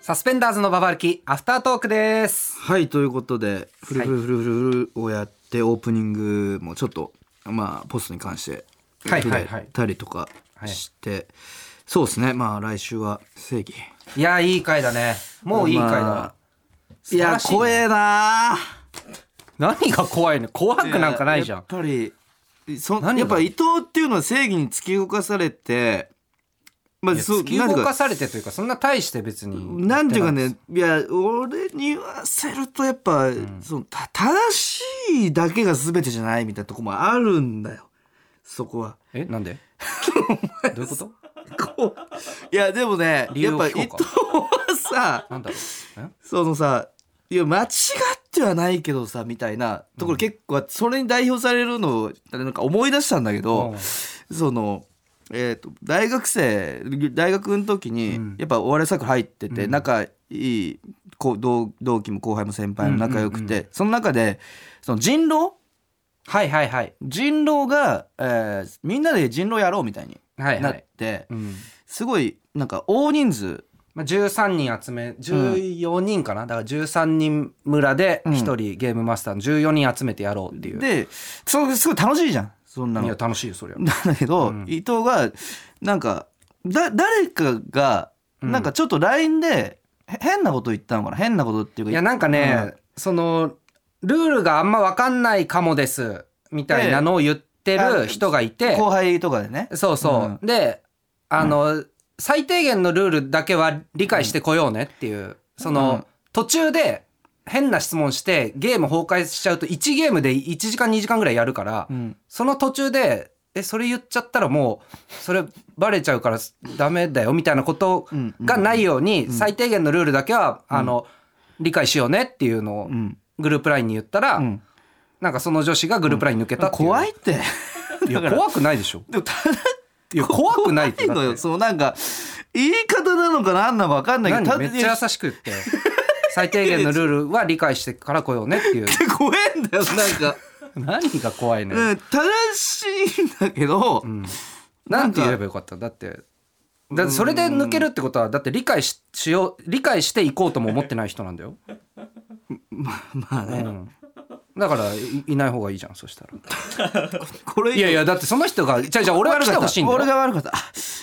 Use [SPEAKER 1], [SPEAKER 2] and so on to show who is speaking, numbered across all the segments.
[SPEAKER 1] サスペンダーズのババ歩きアフタートークです
[SPEAKER 2] はいということで「フルフルフルフル」をやってオープニングもちょっとまあポストに関して
[SPEAKER 1] はい
[SPEAKER 2] 触れ
[SPEAKER 1] はいはい
[SPEAKER 2] たりとかして、そうですねまあ来週は正義
[SPEAKER 1] いやいい回だねもういい回だ、
[SPEAKER 2] まあい
[SPEAKER 1] 晴
[SPEAKER 2] や
[SPEAKER 1] らしいね
[SPEAKER 2] 怖えなあ
[SPEAKER 1] 何が怖いの怖くなんかないじゃ
[SPEAKER 2] や
[SPEAKER 1] ん
[SPEAKER 2] っぱりそ
[SPEAKER 1] 何が
[SPEAKER 2] やっぱ伊藤っていうのは正義に突き動かされてまあ
[SPEAKER 1] いや
[SPEAKER 2] そう
[SPEAKER 1] 突き動
[SPEAKER 2] なんていう
[SPEAKER 1] かされてというかそんな大して別に
[SPEAKER 2] なんていうかねいや俺に言わせるとやっぱ、そのた正しいだけが全てじゃないみたいなとこもあるんだよそこは。
[SPEAKER 1] えなんで どういうこと
[SPEAKER 2] こういやでもね
[SPEAKER 1] 理由
[SPEAKER 2] やっ
[SPEAKER 1] を
[SPEAKER 2] ぱ
[SPEAKER 1] 聞
[SPEAKER 2] 伊
[SPEAKER 1] こう
[SPEAKER 2] 藤
[SPEAKER 1] か
[SPEAKER 2] はさ
[SPEAKER 1] なんだろう
[SPEAKER 2] そのさいや間違ってはないけどさみたいなところ結構あってそれに代表されるのをなんか思い出したんだけど。
[SPEAKER 1] え
[SPEAKER 2] その、えー、と大学生大学の時に、
[SPEAKER 1] うん
[SPEAKER 2] やっぱお笑いサークル入ってて、
[SPEAKER 1] うん
[SPEAKER 2] 仲いいこう同同期も後輩も先輩も仲良くて、
[SPEAKER 1] うんうんうん
[SPEAKER 2] その中でその人狼
[SPEAKER 1] はいはいはい
[SPEAKER 2] 人狼が、えーみんなで人狼やろうみたいに
[SPEAKER 1] はいは
[SPEAKER 2] なっ
[SPEAKER 1] い、
[SPEAKER 2] て、
[SPEAKER 1] うん
[SPEAKER 2] すごいなんか大人数
[SPEAKER 1] まあ、13人集め14人かな、だから13人村で1人ゲームマスターの14人集めてやろうっていう、
[SPEAKER 2] でそうすごい楽しいじゃんそんないの
[SPEAKER 1] や。楽しいよそりゃ
[SPEAKER 2] なんだけど、
[SPEAKER 1] うん
[SPEAKER 2] 伊藤がなんかだ誰かが
[SPEAKER 1] うん
[SPEAKER 2] なんかちょっと LINE でへ変なこと言ったのかな変なことっていうか
[SPEAKER 1] いやなんかね、
[SPEAKER 2] うん
[SPEAKER 1] そのルールがあんま分かんないかもですみたいなのを言ってる人がいて
[SPEAKER 2] 後輩とかでね
[SPEAKER 1] そうそう、であの、最低限のルールだけは理解してこようねっていう、その、
[SPEAKER 2] うん
[SPEAKER 1] 途中で変な質問してゲーム崩壊しちゃうと1ゲームで1時間2時間ぐらいやるから、
[SPEAKER 2] うん
[SPEAKER 1] その途中でえそれ言っちゃったらもうそれバレちゃうからダメだよみたいなこと
[SPEAKER 2] うんうん
[SPEAKER 1] がないように
[SPEAKER 2] うん
[SPEAKER 1] 最低限のルールだけは、あの理解しようねっていうのを
[SPEAKER 2] うん
[SPEAKER 1] グループラインに言ったら、
[SPEAKER 2] うん
[SPEAKER 1] なんかその女子がグループライン抜けたっていう、
[SPEAKER 2] 怖いって
[SPEAKER 1] いや怖く ないでしょ
[SPEAKER 2] でもた
[SPEAKER 1] いや怖くないって
[SPEAKER 2] 怖いの
[SPEAKER 1] だっ
[SPEAKER 2] よ
[SPEAKER 1] て
[SPEAKER 2] そのなんか言い方なのか何なのか分かんないけど
[SPEAKER 1] 何めっちゃ優しく言って最低限のルールは理解してから来ようねっていう
[SPEAKER 2] た怖えんだよなんか、
[SPEAKER 1] 何が怖いのよ、
[SPEAKER 2] うん、正しいんだけど、
[SPEAKER 1] うん、
[SPEAKER 2] な
[SPEAKER 1] なんん
[SPEAKER 2] か
[SPEAKER 1] て言えばよかっただってだってそれで抜けるってことはだって理解ししよう理解していこうとも思ってない人なんだよ、
[SPEAKER 2] まあ
[SPEAKER 1] う
[SPEAKER 2] ね、
[SPEAKER 1] ん、だからいいない方がいいじゃんそしたら
[SPEAKER 2] これ以上
[SPEAKER 1] いやいやだってその人がじゃあじゃあ俺は来てほしいんだよ
[SPEAKER 2] 俺が悪かった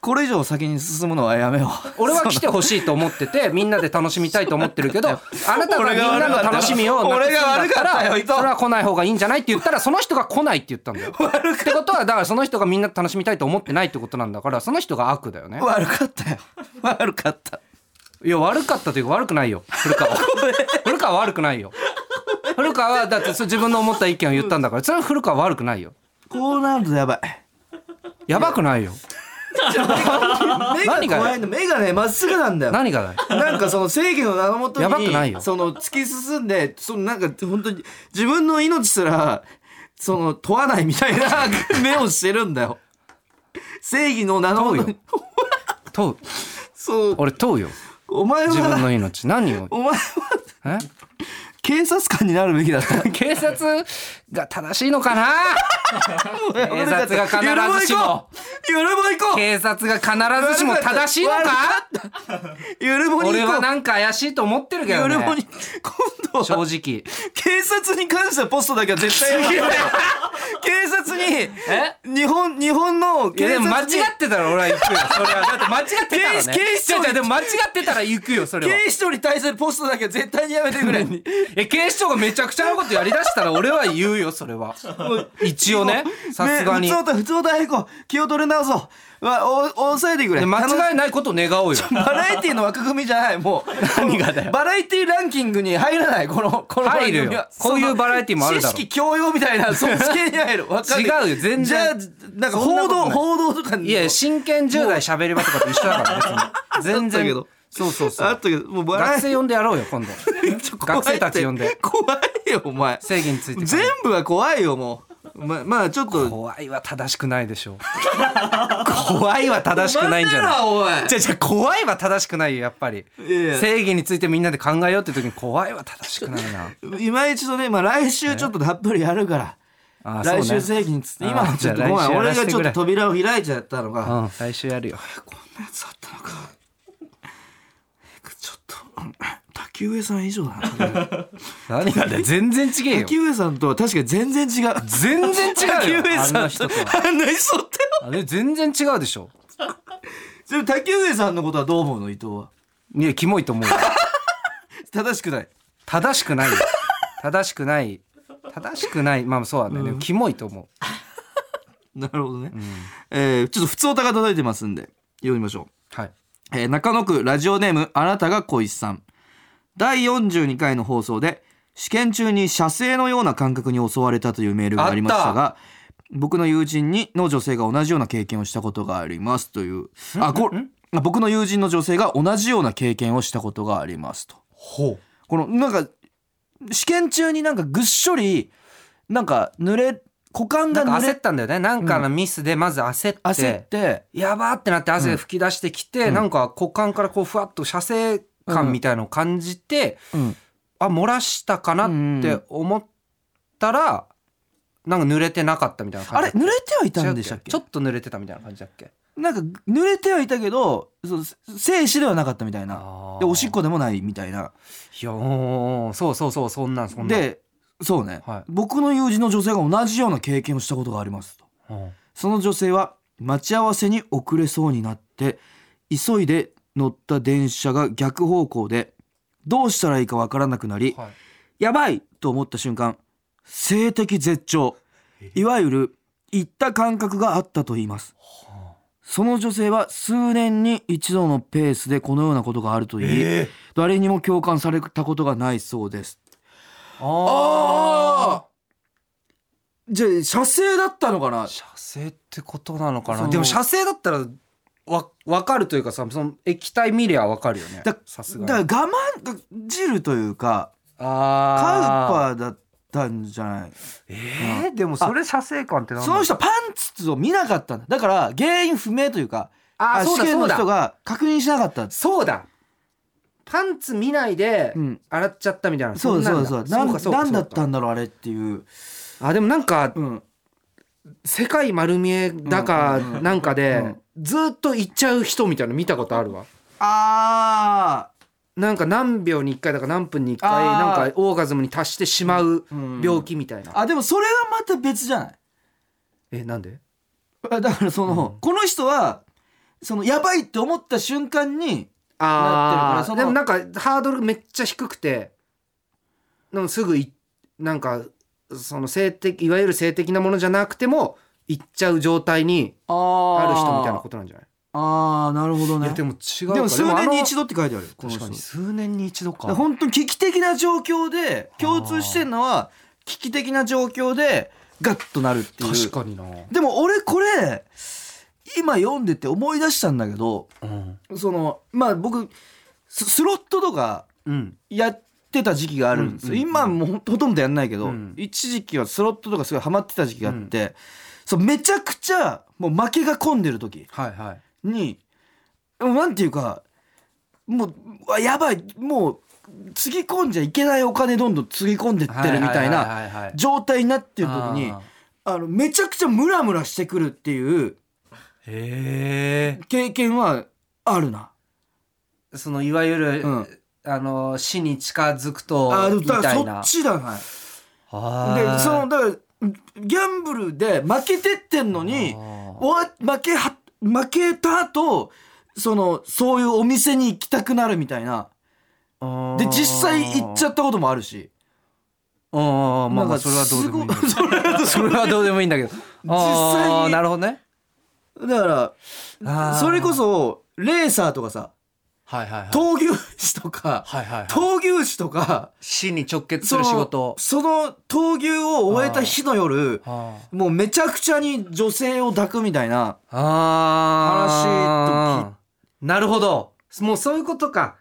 [SPEAKER 2] これ以上先に進むのはやめよ う
[SPEAKER 1] 俺は来てほしいと思っててみんなで楽しみたいと思ってるけ どあなたがみんなの楽しみをなくすんだ
[SPEAKER 2] 俺が悪
[SPEAKER 1] った
[SPEAKER 2] かったよ伊
[SPEAKER 1] ら
[SPEAKER 2] 藤
[SPEAKER 1] それは来ない方がいいんじゃないって言ったらその人が来ないって言ったんだよ。ってことはだからその人がみんな楽しみたいと思ってないってことなんだからその人が悪だよね。
[SPEAKER 2] 悪かったよ悪かった
[SPEAKER 1] いや悪かったというか悪くないよ古川は。古川は悪くないよ。古川はだってそれ自分の思った意見を言ったんだからそれは古川は悪くないよ。
[SPEAKER 2] こうなるとやばい
[SPEAKER 1] やばくないよ。
[SPEAKER 2] 目
[SPEAKER 1] 何
[SPEAKER 2] が
[SPEAKER 1] が
[SPEAKER 2] 怖いの目がねまっすぐなんだよ
[SPEAKER 1] 何がだよ。
[SPEAKER 2] なんかその正義の名のもとに
[SPEAKER 1] やばくないよ
[SPEAKER 2] その突き進んでそのなんか本当に自分の命すらその問わないみたいな 目をしてるんだよ正義の名の
[SPEAKER 1] 問
[SPEAKER 2] もと
[SPEAKER 1] う
[SPEAKER 2] に
[SPEAKER 1] よ問う。
[SPEAKER 2] そう
[SPEAKER 1] 俺問うよ。
[SPEAKER 2] お前
[SPEAKER 1] 自分
[SPEAKER 2] は
[SPEAKER 1] の命何を。
[SPEAKER 2] お前は
[SPEAKER 1] え
[SPEAKER 2] 警察官になるべきだった
[SPEAKER 1] 警察が正しいのかな警察が必ずしも
[SPEAKER 2] ゆるぼ行こう
[SPEAKER 1] 警察が必ずしも正しいのか
[SPEAKER 2] ゆるぼに
[SPEAKER 1] 俺
[SPEAKER 2] 行こ
[SPEAKER 1] は
[SPEAKER 2] う
[SPEAKER 1] なんか怪しいと思ってるけど
[SPEAKER 2] ゆるぼ
[SPEAKER 1] ね
[SPEAKER 2] に今度は
[SPEAKER 1] 正直
[SPEAKER 2] 警察に関してはポストだけは絶対やめて警察に
[SPEAKER 1] え
[SPEAKER 2] 日本日本の
[SPEAKER 1] いや
[SPEAKER 2] 警
[SPEAKER 1] で
[SPEAKER 2] 察
[SPEAKER 1] も
[SPEAKER 2] に
[SPEAKER 1] 間違ってたら俺は行くよそれはだって間違ってたらね
[SPEAKER 2] 警警視庁に
[SPEAKER 1] 違う違うでも間違ってたら行くよそれは
[SPEAKER 2] 警視庁に対するポストだけは絶対にやめてくれ
[SPEAKER 1] え警視庁がめちゃくちゃなことやりだしたら俺は言うよそれは 一応ねさすがに
[SPEAKER 2] ね普通だ普通だへこ気を取り直そうわお抑えてくれ
[SPEAKER 1] で間
[SPEAKER 2] 頼
[SPEAKER 1] 違いないことを願おうよ
[SPEAKER 2] むバラエティの枠組みじゃないもう
[SPEAKER 1] 何がだよ
[SPEAKER 2] バラエティランキングに入らないこのこの番組は
[SPEAKER 1] 入るよこういうバラエティもあるだろ
[SPEAKER 2] 知識教養みたい なそっち系に入るわかる
[SPEAKER 1] 違うよ全然
[SPEAKER 2] じゃあなんか
[SPEAKER 1] そんなこと
[SPEAKER 2] 報道
[SPEAKER 1] ない
[SPEAKER 2] 報道とかに
[SPEAKER 1] いや真剣10代喋り場とかと一緒だから 別に全
[SPEAKER 2] あったけ
[SPEAKER 1] 然
[SPEAKER 2] ど
[SPEAKER 1] そうそうそ
[SPEAKER 2] あ
[SPEAKER 1] う
[SPEAKER 2] ったけどもうバラエ
[SPEAKER 1] 学
[SPEAKER 2] ティ
[SPEAKER 1] 生呼んでやろうよ今度
[SPEAKER 2] ちょ怖いっ
[SPEAKER 1] 学
[SPEAKER 2] て
[SPEAKER 1] 生たち呼んで
[SPEAKER 2] 怖いよお前
[SPEAKER 1] 正義について
[SPEAKER 2] 全部は怖いよもうままあちょっと
[SPEAKER 1] 怖いは正しくないでしょう怖いは正しくないんじゃない
[SPEAKER 2] お前らおい
[SPEAKER 1] じゃじゃ怖いは正しくないよやっぱり
[SPEAKER 2] いやいや
[SPEAKER 1] 正義についてみんなで考えようって時に怖いは正しくない な
[SPEAKER 2] 今一度ね、まあ、来週ちょっとたっぷりやるから、
[SPEAKER 1] あ
[SPEAKER 2] 来
[SPEAKER 1] そう
[SPEAKER 2] 週
[SPEAKER 1] ね
[SPEAKER 2] 正義につって
[SPEAKER 1] あー
[SPEAKER 2] 今はちょっと
[SPEAKER 1] じゃあ
[SPEAKER 2] ごめ
[SPEAKER 1] 来週
[SPEAKER 2] ん
[SPEAKER 1] や
[SPEAKER 2] 俺
[SPEAKER 1] らせ
[SPEAKER 2] が
[SPEAKER 1] て
[SPEAKER 2] ちょ
[SPEAKER 1] く
[SPEAKER 2] っ
[SPEAKER 1] れ
[SPEAKER 2] と扉を開いちゃったのが、
[SPEAKER 1] うん来週やるよ
[SPEAKER 2] こんなやつあったのかちょっと滝上さん以上だな
[SPEAKER 1] 何がだよ全然違えよ
[SPEAKER 2] 滝上さんとは確かに全然違う
[SPEAKER 1] 全然違うよ
[SPEAKER 2] 滝上
[SPEAKER 1] あん
[SPEAKER 2] さん
[SPEAKER 1] な人とは
[SPEAKER 2] あんな人って
[SPEAKER 1] あれ全然違うでしょ
[SPEAKER 2] でも滝上さんのことはどう思うの伊藤はい
[SPEAKER 1] やキモいと思うよ
[SPEAKER 2] 正しくない
[SPEAKER 1] 正しくないよ正しくない正しくないまあそうだね、でもキモいと思
[SPEAKER 2] なるほどね、
[SPEAKER 1] う、うん、
[SPEAKER 2] えーちょっと普通おたが届いてますんで読みましょう
[SPEAKER 1] はい
[SPEAKER 2] えー中野区ラジオネームあなたが小石さん第42回の放送で試験中に射精のような感覚に襲われたというメールがありましたが僕の友人にの女性が同じような経験をしたことがありますというあこあ僕の友人の女性が同じような経験をしたことがありますと
[SPEAKER 1] ほ
[SPEAKER 2] このなんか試験中になんかぐっしょりなんか濡れ股間
[SPEAKER 1] うな
[SPEAKER 2] が
[SPEAKER 1] んか焦
[SPEAKER 2] 濡れ
[SPEAKER 1] ったんだよねなんかのミスでまず焦って、
[SPEAKER 2] 焦って
[SPEAKER 1] やばーってなって汗吹き出してきて、
[SPEAKER 2] うん
[SPEAKER 1] なんか股間からこうふわっと射精感みたいのを感じて、
[SPEAKER 2] うん
[SPEAKER 1] あ漏らしたかなって思ったら、なんか濡れてなかったみたいな
[SPEAKER 2] あ
[SPEAKER 1] 感
[SPEAKER 2] れ
[SPEAKER 1] じ
[SPEAKER 2] 濡れてはいた
[SPEAKER 1] 違うん
[SPEAKER 2] でしたっけ
[SPEAKER 1] ちょっと濡れてたみたいな感じだっけ
[SPEAKER 2] なんか濡れてはいたけどそう精子ではなかったみたいなでおしっこでもないみたいない
[SPEAKER 1] やおーそうそうそうそんなんそんなん、
[SPEAKER 2] でそうね、
[SPEAKER 1] はい
[SPEAKER 2] 僕の友人の女性が同じような経験をしたことがありますと
[SPEAKER 1] うん
[SPEAKER 2] その女性は待ち合わせに遅れそうになって急いで乗った電車が逆方向でどうしたらいいかわからなくなり、
[SPEAKER 1] はい
[SPEAKER 2] やばいと思った瞬間性的絶頂いわゆる行った感覚があったといいますその女性は数年に一度のペースでこのようなことがあるといい、誰にも共感されたことがないそうです
[SPEAKER 1] ああ
[SPEAKER 2] じゃあ射精だったのかな
[SPEAKER 1] 射精ってことなのか
[SPEAKER 2] そ
[SPEAKER 1] な
[SPEAKER 2] の
[SPEAKER 1] でも射精だったらわ分かるというかさその液体見りゃ分かるよね
[SPEAKER 2] だ
[SPEAKER 1] さすがに
[SPEAKER 2] だから我慢じるというかカウ
[SPEAKER 1] あー
[SPEAKER 2] パーだったんじゃない
[SPEAKER 1] えーでもそれ射精感ってなんだ
[SPEAKER 2] その人はパンツを見なかったんだだから原因不明というか
[SPEAKER 1] あーそう
[SPEAKER 2] 試
[SPEAKER 1] だ
[SPEAKER 2] 験
[SPEAKER 1] そう
[SPEAKER 2] の
[SPEAKER 1] だ
[SPEAKER 2] 人が確認しなかった
[SPEAKER 1] そうだパンツ見ないで
[SPEAKER 2] うん
[SPEAKER 1] 洗っちゃったみたいな
[SPEAKER 2] そうだそ
[SPEAKER 1] ん
[SPEAKER 2] う
[SPEAKER 1] なん
[SPEAKER 2] だ
[SPEAKER 1] だ
[SPEAKER 2] そうだ
[SPEAKER 1] そうか
[SPEAKER 2] なんなんだっ
[SPEAKER 1] そ
[SPEAKER 2] た
[SPEAKER 1] うんか
[SPEAKER 2] だろうあれっていう
[SPEAKER 1] あでもなんか
[SPEAKER 2] うん
[SPEAKER 1] 世界丸見えだか
[SPEAKER 2] うん
[SPEAKER 1] なんか
[SPEAKER 2] う
[SPEAKER 1] で
[SPEAKER 2] ん
[SPEAKER 1] ずーっと行っちゃう人みたいなの見たことあるわ
[SPEAKER 2] あ
[SPEAKER 1] なんか何秒に1回だか何分に1回
[SPEAKER 2] あー
[SPEAKER 1] なんかオーガズムに達してしまう
[SPEAKER 2] うん
[SPEAKER 1] 病気みたいな、
[SPEAKER 2] ーあでもそれはまた別じゃない
[SPEAKER 1] えなんで
[SPEAKER 2] あだからその、この人はそのやばいって思った瞬間にな
[SPEAKER 1] あ
[SPEAKER 2] ってるからそ
[SPEAKER 1] あ
[SPEAKER 2] の
[SPEAKER 1] でもなんかハードルめっちゃ低くてでもすぐいなんかその性的いわゆる性的なものじゃなくても行っちゃう状態に
[SPEAKER 2] あ
[SPEAKER 1] あ
[SPEAKER 2] あ
[SPEAKER 1] る人みたいなことなんじゃない
[SPEAKER 2] ああなるほど
[SPEAKER 1] い
[SPEAKER 2] ね
[SPEAKER 1] やでも違うか
[SPEAKER 2] でも数年に
[SPEAKER 1] あの
[SPEAKER 2] 一度って書いてあるよこの
[SPEAKER 1] 確か
[SPEAKER 2] 人
[SPEAKER 1] に数年に一度
[SPEAKER 2] だから
[SPEAKER 1] か
[SPEAKER 2] 本当に危機的な状況で共通してるのは危機的な状況でガッとなるっていう
[SPEAKER 1] 確かにな、
[SPEAKER 2] でも俺これ今読んでて思い出したんだけど
[SPEAKER 1] うん
[SPEAKER 2] そのまあ僕ススロットとか
[SPEAKER 1] うん、
[SPEAKER 2] やってた時期があるんですよ、
[SPEAKER 1] うんうんうん
[SPEAKER 2] 今もうほほとんどやんないけど、
[SPEAKER 1] うん
[SPEAKER 2] 一時期はスロットとかすごいハマってた時期があって、そうめちゃくちゃもう負けが込んでる時
[SPEAKER 1] はいはい
[SPEAKER 2] にもうなんていうかもううわやばいもうつぎ込んじゃいけないお金どんどんつぎ込んでってるみたい
[SPEAKER 1] は
[SPEAKER 2] な
[SPEAKER 1] ははいはい
[SPEAKER 2] 状態になってる時に
[SPEAKER 1] あー
[SPEAKER 2] あのめちゃくちゃムラムラしてくるっていう
[SPEAKER 1] へ
[SPEAKER 2] 経験はあるな。
[SPEAKER 1] えそのいわゆる、
[SPEAKER 2] うん
[SPEAKER 1] あの死に近づくと
[SPEAKER 2] あ
[SPEAKER 1] み
[SPEAKER 2] ーだか
[SPEAKER 1] た
[SPEAKER 2] ら
[SPEAKER 1] い
[SPEAKER 2] そ
[SPEAKER 1] な
[SPEAKER 2] っちだな。
[SPEAKER 1] あ
[SPEAKER 2] で
[SPEAKER 1] ー
[SPEAKER 2] そのだからギャンブルで負けてってんのに
[SPEAKER 1] あー
[SPEAKER 2] 終わ負けは負けた後そのそういうお店に行きたくなるみたいなで実際行っちゃったこともあるし
[SPEAKER 1] あーあーまあま
[SPEAKER 2] な
[SPEAKER 1] あ
[SPEAKER 2] ん
[SPEAKER 1] そ
[SPEAKER 2] か
[SPEAKER 1] れはどうでもいいんだけ
[SPEAKER 2] すごそれ
[SPEAKER 1] ど それはどうでもいいんだけどあー
[SPEAKER 2] はどう 実際に
[SPEAKER 1] なるほどね
[SPEAKER 2] だか
[SPEAKER 1] あー
[SPEAKER 2] らそれこそレーサーとかさ
[SPEAKER 1] はいはいはい
[SPEAKER 2] 闘牛士とか
[SPEAKER 1] はいはいはい
[SPEAKER 2] 闘牛士とか
[SPEAKER 1] 死に直結す
[SPEAKER 2] そ
[SPEAKER 1] る仕
[SPEAKER 2] の
[SPEAKER 1] 事
[SPEAKER 2] その闘牛を終えた日の夜
[SPEAKER 1] あ
[SPEAKER 2] もうめちゃくちゃに女性を抱くみたいな
[SPEAKER 1] ーあー
[SPEAKER 2] 話と
[SPEAKER 1] なるほどもうそういうことか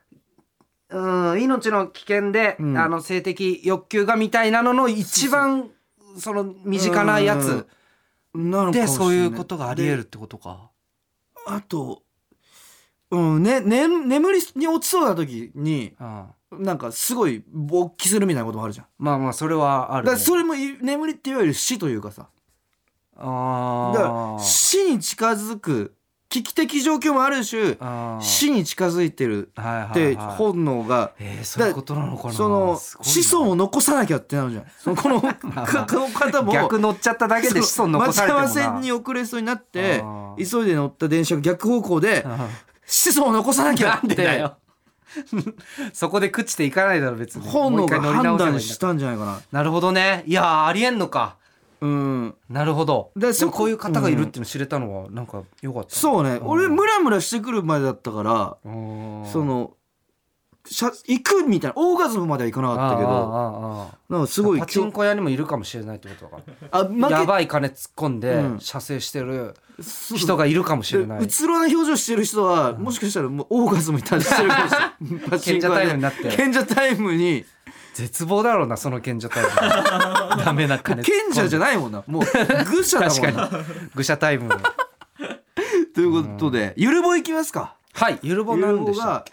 [SPEAKER 1] うん命の危険で、
[SPEAKER 2] うん
[SPEAKER 1] あの性的欲求がみたいなのの一番その身近なやつ
[SPEAKER 2] なのかもしれな
[SPEAKER 1] でそういうことがあり得るってことか
[SPEAKER 2] あと、うん、ね、ね、眠りに落ちそうな時に、
[SPEAKER 1] うん
[SPEAKER 2] なんかすごい勃起するみたいなこともあるじゃん。
[SPEAKER 1] まあまあそれはあ
[SPEAKER 2] だ
[SPEAKER 1] る、
[SPEAKER 2] か
[SPEAKER 1] ね
[SPEAKER 2] ら、それもい眠りっていわゆる死というかさ、だ
[SPEAKER 1] あ
[SPEAKER 2] か
[SPEAKER 1] あ
[SPEAKER 2] ら死に近づく危機的状況もある種
[SPEAKER 1] あー
[SPEAKER 2] 死に近づいてる
[SPEAKER 1] はいはいはい
[SPEAKER 2] って本能が
[SPEAKER 1] えー、そういうことなのかな
[SPEAKER 2] その
[SPEAKER 1] すごいな
[SPEAKER 2] 子孫を残さなきゃってなるじゃんそのこの この方も
[SPEAKER 1] 逆乗っちゃっただけで子孫残されてもな
[SPEAKER 2] 待ち合わせに遅れそうになって
[SPEAKER 1] あー
[SPEAKER 2] 急いで乗った電車が逆方向で
[SPEAKER 1] あ
[SPEAKER 2] 子孫を残さな
[SPEAKER 1] ー
[SPEAKER 2] きゃ
[SPEAKER 1] な
[SPEAKER 2] っ
[SPEAKER 1] んでだ
[SPEAKER 2] て
[SPEAKER 1] よ そこで朽ちていかないだろ別に
[SPEAKER 2] 本能が判断
[SPEAKER 1] た
[SPEAKER 2] したんじゃないかな
[SPEAKER 1] なるほどねいやーありえんのか
[SPEAKER 2] うん
[SPEAKER 1] なるほど
[SPEAKER 2] で
[SPEAKER 1] で
[SPEAKER 2] そ
[SPEAKER 1] もこういう方がいるっていうの知れたのはなんか良かった
[SPEAKER 2] そうね
[SPEAKER 1] ん
[SPEAKER 2] 俺ムラムラしてくるまでだったから
[SPEAKER 1] うーん
[SPEAKER 2] そのしゃ行くみたいなオーガズムまでは行かなかったけ
[SPEAKER 1] あー
[SPEAKER 2] ど
[SPEAKER 1] あーあー
[SPEAKER 2] なんかすごい
[SPEAKER 1] パチンコ屋にもいるかもしれないってことだか
[SPEAKER 2] あ負
[SPEAKER 1] ら
[SPEAKER 2] け
[SPEAKER 1] やばい金突っ込んで
[SPEAKER 2] うん
[SPEAKER 1] 射精してる
[SPEAKER 2] そう
[SPEAKER 1] 人がいるかもしれ
[SPEAKER 2] で
[SPEAKER 1] な
[SPEAKER 2] う
[SPEAKER 1] い
[SPEAKER 2] つろな表情してる人はもしかしたらもうオーガズムに達してるかも しれないパチンコ
[SPEAKER 1] 賢者タ
[SPEAKER 2] 屋で
[SPEAKER 1] イムになって
[SPEAKER 2] 賢者タイムに
[SPEAKER 1] 絶望だろうなその賢者タイムダメな金突っ込んで
[SPEAKER 2] 賢者じゃないもんなもう愚者だも ん
[SPEAKER 1] 確
[SPEAKER 2] な
[SPEAKER 1] かに愚者タイム
[SPEAKER 2] ということでゆるぼいきますか
[SPEAKER 1] はいゆるぼ
[SPEAKER 2] ゆる
[SPEAKER 1] なん
[SPEAKER 2] ぼ
[SPEAKER 1] でしたあ
[SPEAKER 2] が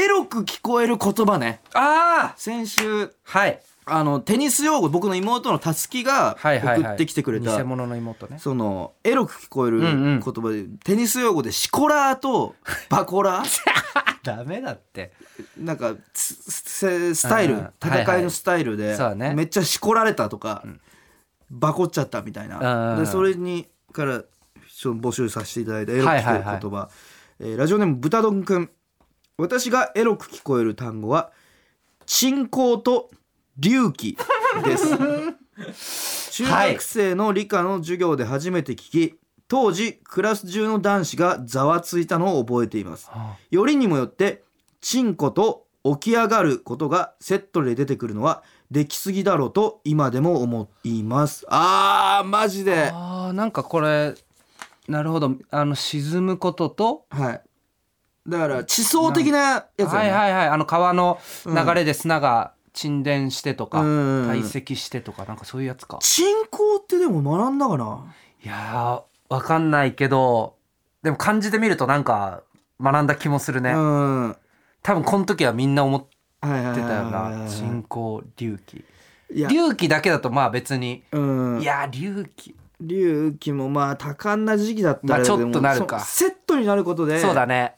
[SPEAKER 2] エロく聞こえる言葉ね
[SPEAKER 1] あー
[SPEAKER 2] 先週
[SPEAKER 1] はい
[SPEAKER 2] あのテニス用語僕の妹のたつきが
[SPEAKER 1] はいはい
[SPEAKER 2] 送
[SPEAKER 1] はい
[SPEAKER 2] ってきてくれた、
[SPEAKER 1] 偽物の妹ね
[SPEAKER 2] そのエロく聞こえる
[SPEAKER 1] うんう
[SPEAKER 2] 言
[SPEAKER 1] ん
[SPEAKER 2] 葉で、テニス用語でシコラーとバコラー
[SPEAKER 1] ダメだって
[SPEAKER 2] なんかつせスタイル
[SPEAKER 1] うん
[SPEAKER 2] 戦いのスタイル
[SPEAKER 1] は
[SPEAKER 2] で
[SPEAKER 1] いそうだね
[SPEAKER 2] めっちゃしこられたとか、バコっちゃったみたいな、
[SPEAKER 1] うん
[SPEAKER 2] でそれにからちょっと募集させていただいたエロく聞こえる言葉、
[SPEAKER 1] はいはい
[SPEAKER 2] えーラジオネーム豚丼くん私がエロく聞こえる単語は「鎮行」と「隆起」です。 中学生の理科の授業で初めて聞き当時クラス中の男子がざわついたのを覚えています
[SPEAKER 1] あ
[SPEAKER 2] よりにもよってチンコと起き上がることがセットで出てくるのはできすぎだろうと今でも思いますあーマジで
[SPEAKER 1] あーなんかこれなるほどあの沈むことと
[SPEAKER 2] はいだから地層的なやつだ
[SPEAKER 1] はい
[SPEAKER 2] ね
[SPEAKER 1] はいはいあの川の流れで砂が沈殿してとか、
[SPEAKER 2] うん
[SPEAKER 1] 堆積してとかなんかそういうやつか、
[SPEAKER 2] チンコってでも学んだかない
[SPEAKER 1] やーわかんないけどでも漢字で見るとなんか学んだ気もするね、
[SPEAKER 2] うんはい
[SPEAKER 1] 多分この時はみんな思って
[SPEAKER 2] はいはい
[SPEAKER 1] たよう
[SPEAKER 2] はい
[SPEAKER 1] な
[SPEAKER 2] はい
[SPEAKER 1] 人工隆起
[SPEAKER 2] いや
[SPEAKER 1] 隆起だけだとまあ別に、
[SPEAKER 2] うん
[SPEAKER 1] いやー隆起
[SPEAKER 2] 龍騎もまあ多感な時期だったら
[SPEAKER 1] まあちょっと
[SPEAKER 2] でも
[SPEAKER 1] なるか
[SPEAKER 2] そセットになることで
[SPEAKER 1] そうだ
[SPEAKER 2] ね
[SPEAKER 1] ね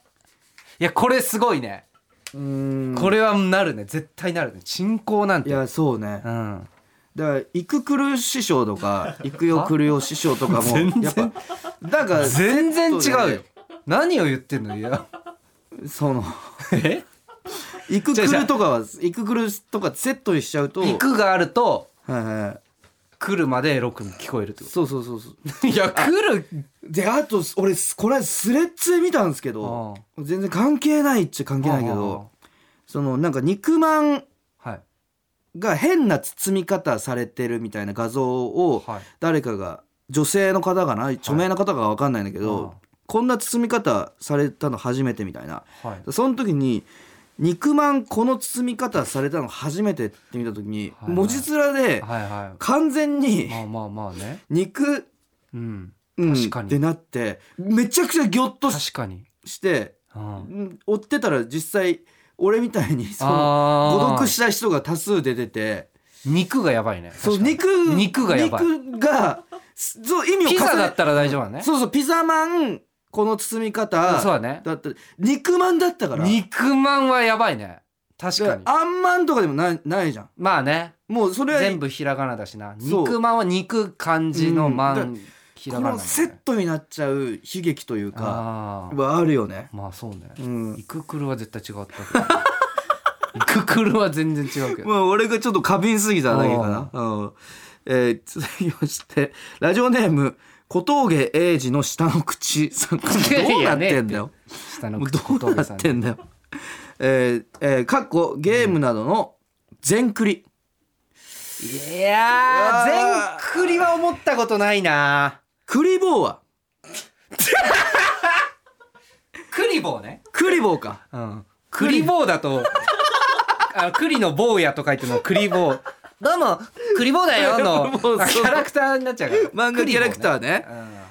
[SPEAKER 1] いやこれすごいね、
[SPEAKER 2] うん
[SPEAKER 1] これはなるね絶対なるね沈行なん
[SPEAKER 2] い
[SPEAKER 1] て
[SPEAKER 2] やそうね
[SPEAKER 1] うん
[SPEAKER 2] だから育くる師匠 とか育よくるよ師匠とかも
[SPEAKER 1] 全然
[SPEAKER 2] やっぱだから
[SPEAKER 1] 全然違う
[SPEAKER 2] セッ
[SPEAKER 1] よ何を言ってんのいや
[SPEAKER 2] トでその
[SPEAKER 1] え
[SPEAKER 2] 育くるとかは育くるとかセットにしちゃうと
[SPEAKER 1] 行くがあると
[SPEAKER 2] はいはい
[SPEAKER 1] 来るまでエロく聞こえるってこ
[SPEAKER 2] そうそうそうそう
[SPEAKER 1] といや来る
[SPEAKER 2] であと俺これスレッズで見たんですけど全然関係ないっちゃ関係ないけどそのなんか肉まん
[SPEAKER 1] はい
[SPEAKER 2] が変な包み方されてるみたいな画像を
[SPEAKER 1] はい
[SPEAKER 2] 誰かが女性の方かな著名な方か分かんないんだけど、
[SPEAKER 1] うん
[SPEAKER 2] こんな包み方されたの初めてみたいな
[SPEAKER 1] はい
[SPEAKER 2] その時に「肉まんこの包み方されたの初めて」って見た時に、
[SPEAKER 1] はいはい
[SPEAKER 2] 文字面で
[SPEAKER 1] はいは
[SPEAKER 2] 完全
[SPEAKER 1] い
[SPEAKER 2] に
[SPEAKER 1] まあまあまあね
[SPEAKER 2] 肉、
[SPEAKER 1] うん
[SPEAKER 2] うん、
[SPEAKER 1] 確かに
[SPEAKER 2] ってなってめちゃくちゃギョッとし
[SPEAKER 1] 確かに
[SPEAKER 2] して、
[SPEAKER 1] うん
[SPEAKER 2] うん追ってたら実際俺みたいにその
[SPEAKER 1] あ
[SPEAKER 2] 誤読
[SPEAKER 1] ー
[SPEAKER 2] した人が多数出てて。
[SPEAKER 1] 肉がやばいね
[SPEAKER 2] そう
[SPEAKER 1] 確
[SPEAKER 2] 肉
[SPEAKER 1] かに肉がやばい
[SPEAKER 2] 肉がそう意味を
[SPEAKER 1] ピザだ
[SPEAKER 2] 重
[SPEAKER 1] ったら大丈夫だね
[SPEAKER 2] ねそうそうピザマンこの包み方
[SPEAKER 1] そうだね
[SPEAKER 2] だった肉まんだったから
[SPEAKER 1] 肉まんはやばいね確かに
[SPEAKER 2] あんまんとかでもないないじゃん
[SPEAKER 1] まあね
[SPEAKER 2] もうそれは
[SPEAKER 1] 全部ひらがなだしな
[SPEAKER 2] そう
[SPEAKER 1] 肉まんは肉漢字のま
[SPEAKER 2] うん
[SPEAKER 1] んひら
[SPEAKER 2] こ
[SPEAKER 1] がな
[SPEAKER 2] の
[SPEAKER 1] だね
[SPEAKER 2] セットになっちゃう悲劇というか
[SPEAKER 1] あー
[SPEAKER 2] はあるよね
[SPEAKER 1] まあそうね
[SPEAKER 2] うん
[SPEAKER 1] イククルは絶対違ったけど イククルは全然違うけど
[SPEAKER 2] まあ俺がちょっと過敏すぎただけかなうんえー続きましてラジオネーム小峠英二の下の口さんど
[SPEAKER 1] やいう
[SPEAKER 2] な
[SPEAKER 1] や
[SPEAKER 2] っ
[SPEAKER 1] ね
[SPEAKER 2] てんだよ
[SPEAKER 1] 下の
[SPEAKER 2] もう
[SPEAKER 1] 口
[SPEAKER 2] どうなっ
[SPEAKER 1] さん
[SPEAKER 2] てんだよ。えーえー、かっこゲームなどの全クリ。
[SPEAKER 1] いやー全クリは思ったことないな
[SPEAKER 2] クリボーは
[SPEAKER 1] クリボーね
[SPEAKER 2] クリボーか。
[SPEAKER 1] うんクリボーだ とあのクリの坊やと書いてるのクリボーどうもクリボーだ よの
[SPEAKER 2] もうそう
[SPEAKER 1] あキャラクターになっちゃうから
[SPEAKER 2] 漫画キャラクターね。
[SPEAKER 1] ーね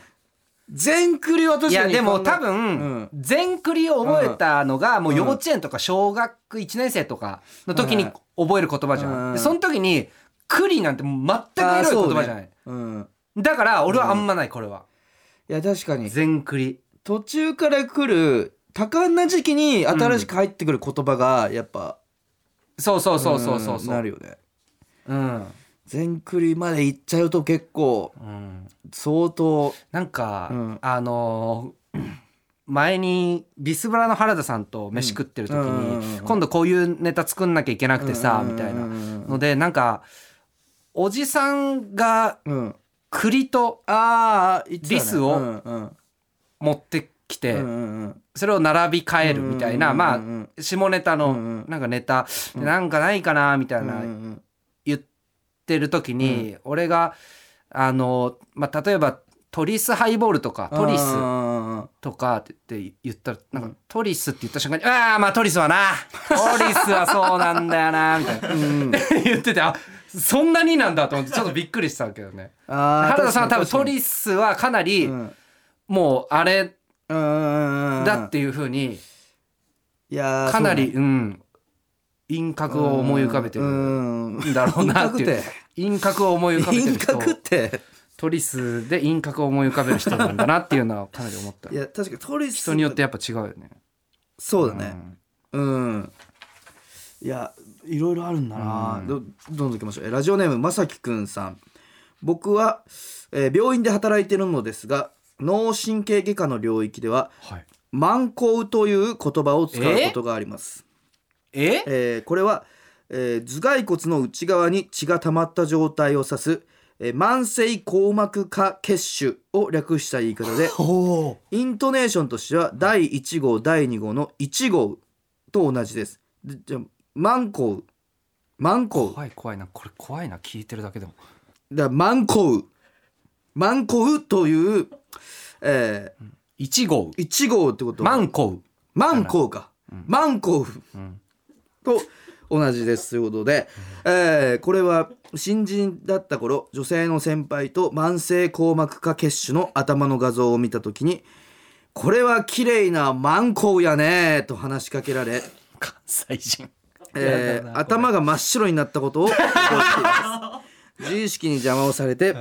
[SPEAKER 2] 全クリは
[SPEAKER 1] うん
[SPEAKER 2] 確
[SPEAKER 1] い
[SPEAKER 2] か
[SPEAKER 1] や
[SPEAKER 2] に。
[SPEAKER 1] でも多
[SPEAKER 2] うん
[SPEAKER 1] 分全クリを覚えたのがもう幼稚園とか小学1年生とかの時に覚える言葉じ
[SPEAKER 2] う
[SPEAKER 1] ゃ
[SPEAKER 2] ん
[SPEAKER 1] んでその時にクリなんて全く
[SPEAKER 2] あー
[SPEAKER 1] エロい言葉じゃな
[SPEAKER 2] そう
[SPEAKER 1] い
[SPEAKER 2] ねうん。
[SPEAKER 1] だから俺はあんまないこれは、
[SPEAKER 2] いや確かに。
[SPEAKER 1] 全クリ
[SPEAKER 2] 途中から来る多感な時期に新しく入ってくる言葉がやっぱ、
[SPEAKER 1] そうそうそうそうそうそ
[SPEAKER 2] んな
[SPEAKER 1] う
[SPEAKER 2] るよね
[SPEAKER 1] うん、
[SPEAKER 2] 全クリまで行っちゃうと結構
[SPEAKER 1] うん、
[SPEAKER 2] 相当
[SPEAKER 1] なんか、
[SPEAKER 2] うん
[SPEAKER 1] あのー 前にビスブラの原田さんと飯食ってる時に、
[SPEAKER 2] うんうんうんうん
[SPEAKER 1] 今度こういうネタ作んなきゃいけなくてさ、みたいなのでなんかおじさんが
[SPEAKER 2] うん
[SPEAKER 1] 栗と
[SPEAKER 2] ああ
[SPEAKER 1] リスを
[SPEAKER 2] うんうん
[SPEAKER 1] 持ってきて、
[SPEAKER 2] うんうん
[SPEAKER 1] それを並び替えるみたいな、
[SPEAKER 2] うんうんうんうん
[SPEAKER 1] まあ下ネタ
[SPEAKER 2] うんう
[SPEAKER 1] の
[SPEAKER 2] ん
[SPEAKER 1] なんかネタ、
[SPEAKER 2] うん
[SPEAKER 1] なんかないかなみたいな、
[SPEAKER 2] うん
[SPEAKER 1] 言ってる時に、俺があの、まあ、例えばトリスハイボールとかトリス
[SPEAKER 2] あ
[SPEAKER 1] とかって言って言ったらなんか、
[SPEAKER 2] うん
[SPEAKER 1] トリスって言った瞬間に「ああまあトリスは なトリスはそうなんだよな」みたいな
[SPEAKER 2] ーう ん
[SPEAKER 1] 言っててあそんなになんだと思ってちょっとびっくりしたけどね
[SPEAKER 2] あー
[SPEAKER 1] 原田さんは多分
[SPEAKER 2] 確か
[SPEAKER 1] ト
[SPEAKER 2] に
[SPEAKER 1] リスはかなり、
[SPEAKER 2] うん
[SPEAKER 1] もうあれ
[SPEAKER 2] うんうんうん
[SPEAKER 1] だっていうふうに
[SPEAKER 2] いやー
[SPEAKER 1] かなり,、
[SPEAKER 2] そう
[SPEAKER 1] ん輪
[SPEAKER 2] う
[SPEAKER 1] 郭を思い浮かべてる
[SPEAKER 2] うんん
[SPEAKER 1] だろうなって いう輪郭を思い浮かべてる
[SPEAKER 2] 輪
[SPEAKER 1] 人
[SPEAKER 2] 郭って
[SPEAKER 1] トリスで輪郭を思い浮かべる人なんだなっていうのはかなり思った
[SPEAKER 2] いや確かにトリス
[SPEAKER 1] 人によってやっぱ違うよね
[SPEAKER 2] そうだねうんいやいろいろあるんだな、
[SPEAKER 1] うん
[SPEAKER 2] どどんどんいきましょうえラジオネームまさきくんさん僕は、えー病院で働いてるのですが脳神経外科の領域では
[SPEAKER 1] はい
[SPEAKER 2] 「慢行」という言葉を使うことがあります、
[SPEAKER 1] え
[SPEAKER 2] えーこれは、えー頭蓋骨の内側に血が溜まった状態を指す、えー慢性硬膜下血腫を略した言い方で
[SPEAKER 1] お
[SPEAKER 2] イントネーションとしては第1号第2号の1号と同じです。でじゃあマンコウマンコウ
[SPEAKER 1] 怖い怖いなこれ怖いな聞いてるだけでも
[SPEAKER 2] だからマンコウマンコウという、え
[SPEAKER 1] 1号
[SPEAKER 2] ー、1号ってこと
[SPEAKER 1] マンコ
[SPEAKER 2] マンコウか、マンコウ
[SPEAKER 1] ウ、うん、
[SPEAKER 2] と同じですということで、えーこれは新人だった頃女性の先輩と慢性硬膜下血腫の頭の画像を見た時に「これは綺麗なマンコウやね」と話しかけられ、
[SPEAKER 1] 関西人
[SPEAKER 2] え
[SPEAKER 1] やだ
[SPEAKER 2] ー
[SPEAKER 1] なこれ
[SPEAKER 2] 頭が真っ白になったことを覚えています。 自意識に邪魔をされて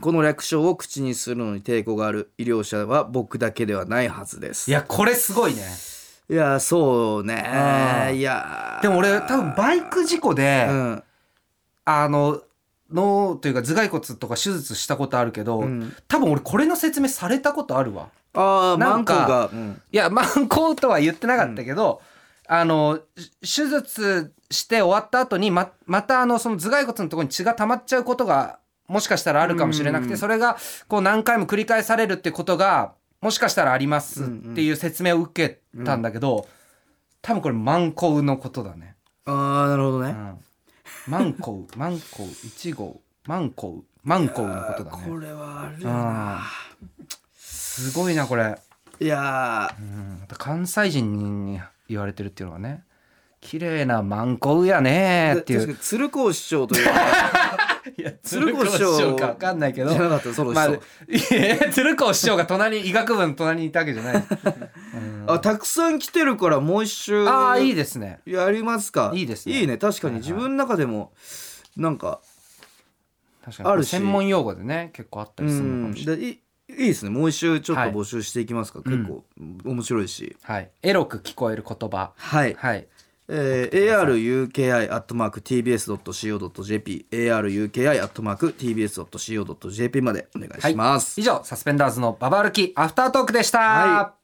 [SPEAKER 2] この略称を口にするのに抵抗がある医療者は僕だけではないはずです
[SPEAKER 1] い
[SPEAKER 2] いや
[SPEAKER 1] やこれすごいね
[SPEAKER 2] そ
[SPEAKER 1] あ
[SPEAKER 2] うね
[SPEAKER 1] ー
[SPEAKER 2] いやー
[SPEAKER 1] でも俺多分バイク事故で、
[SPEAKER 2] うん
[SPEAKER 1] あの脳というか頭蓋骨とか手術したことあるけど、
[SPEAKER 2] うん
[SPEAKER 1] 多分俺これの説明されたことあるわ
[SPEAKER 2] ああマ
[SPEAKER 1] な
[SPEAKER 2] ン
[SPEAKER 1] ん
[SPEAKER 2] コ
[SPEAKER 1] か
[SPEAKER 2] ウが、うん
[SPEAKER 1] いや、マンコウとは言ってなかったけど、あの、し手術して終わった後に、ま、またあの、その頭蓋骨のところに血が溜まっちゃうことが、もしかしたらあるかもしれなくて、
[SPEAKER 2] うん
[SPEAKER 1] それが、こう何回も繰り返されるってことが、もしかしたらありますっていう説明を受けたんだけど、多分これマンコウのことだね。
[SPEAKER 2] ああなるほど
[SPEAKER 1] う
[SPEAKER 2] ね、
[SPEAKER 1] ん。マンコウ、マンコウ、1号、マンコウ、マンコウのことだね
[SPEAKER 2] こ。れはあるよ
[SPEAKER 1] あ
[SPEAKER 2] な
[SPEAKER 1] すごいな、これ。
[SPEAKER 2] いや
[SPEAKER 1] うん、関西人に言われてるっていうのはね綺麗なマンコウやね
[SPEAKER 2] ー
[SPEAKER 1] ーってい
[SPEAKER 2] 確か
[SPEAKER 1] う
[SPEAKER 2] に鶴光師匠と いう
[SPEAKER 1] いや
[SPEAKER 2] 鶴子師匠
[SPEAKER 1] か分かんないけど
[SPEAKER 2] じゃなかったその
[SPEAKER 1] まあ
[SPEAKER 2] 人
[SPEAKER 1] い、や鶴子師匠が隣医学部の隣にいたわけじゃない、
[SPEAKER 2] あたくさん来てるからもう一周
[SPEAKER 1] ああいいですね
[SPEAKER 2] やりますか
[SPEAKER 1] いいですね
[SPEAKER 2] いいね確かに
[SPEAKER 1] はいはい
[SPEAKER 2] 自分の中でもなんか
[SPEAKER 1] 確かに
[SPEAKER 2] あるし
[SPEAKER 1] 専門用語でね結構あった
[SPEAKER 2] う
[SPEAKER 1] りするのか
[SPEAKER 2] ん
[SPEAKER 1] もしれない、
[SPEAKER 2] でいいいですねもう一周ちょっと
[SPEAKER 1] はい
[SPEAKER 2] 募集していきますか、結構面白いし
[SPEAKER 1] はい、エロく聞こえる言葉
[SPEAKER 2] はい、
[SPEAKER 1] はい
[SPEAKER 2] えー、aruki.tbs.co.jp aruki.tbs.co.jp までお願いします、
[SPEAKER 1] 以上サスペンダーズのババ歩きアフタートークでした、
[SPEAKER 2] は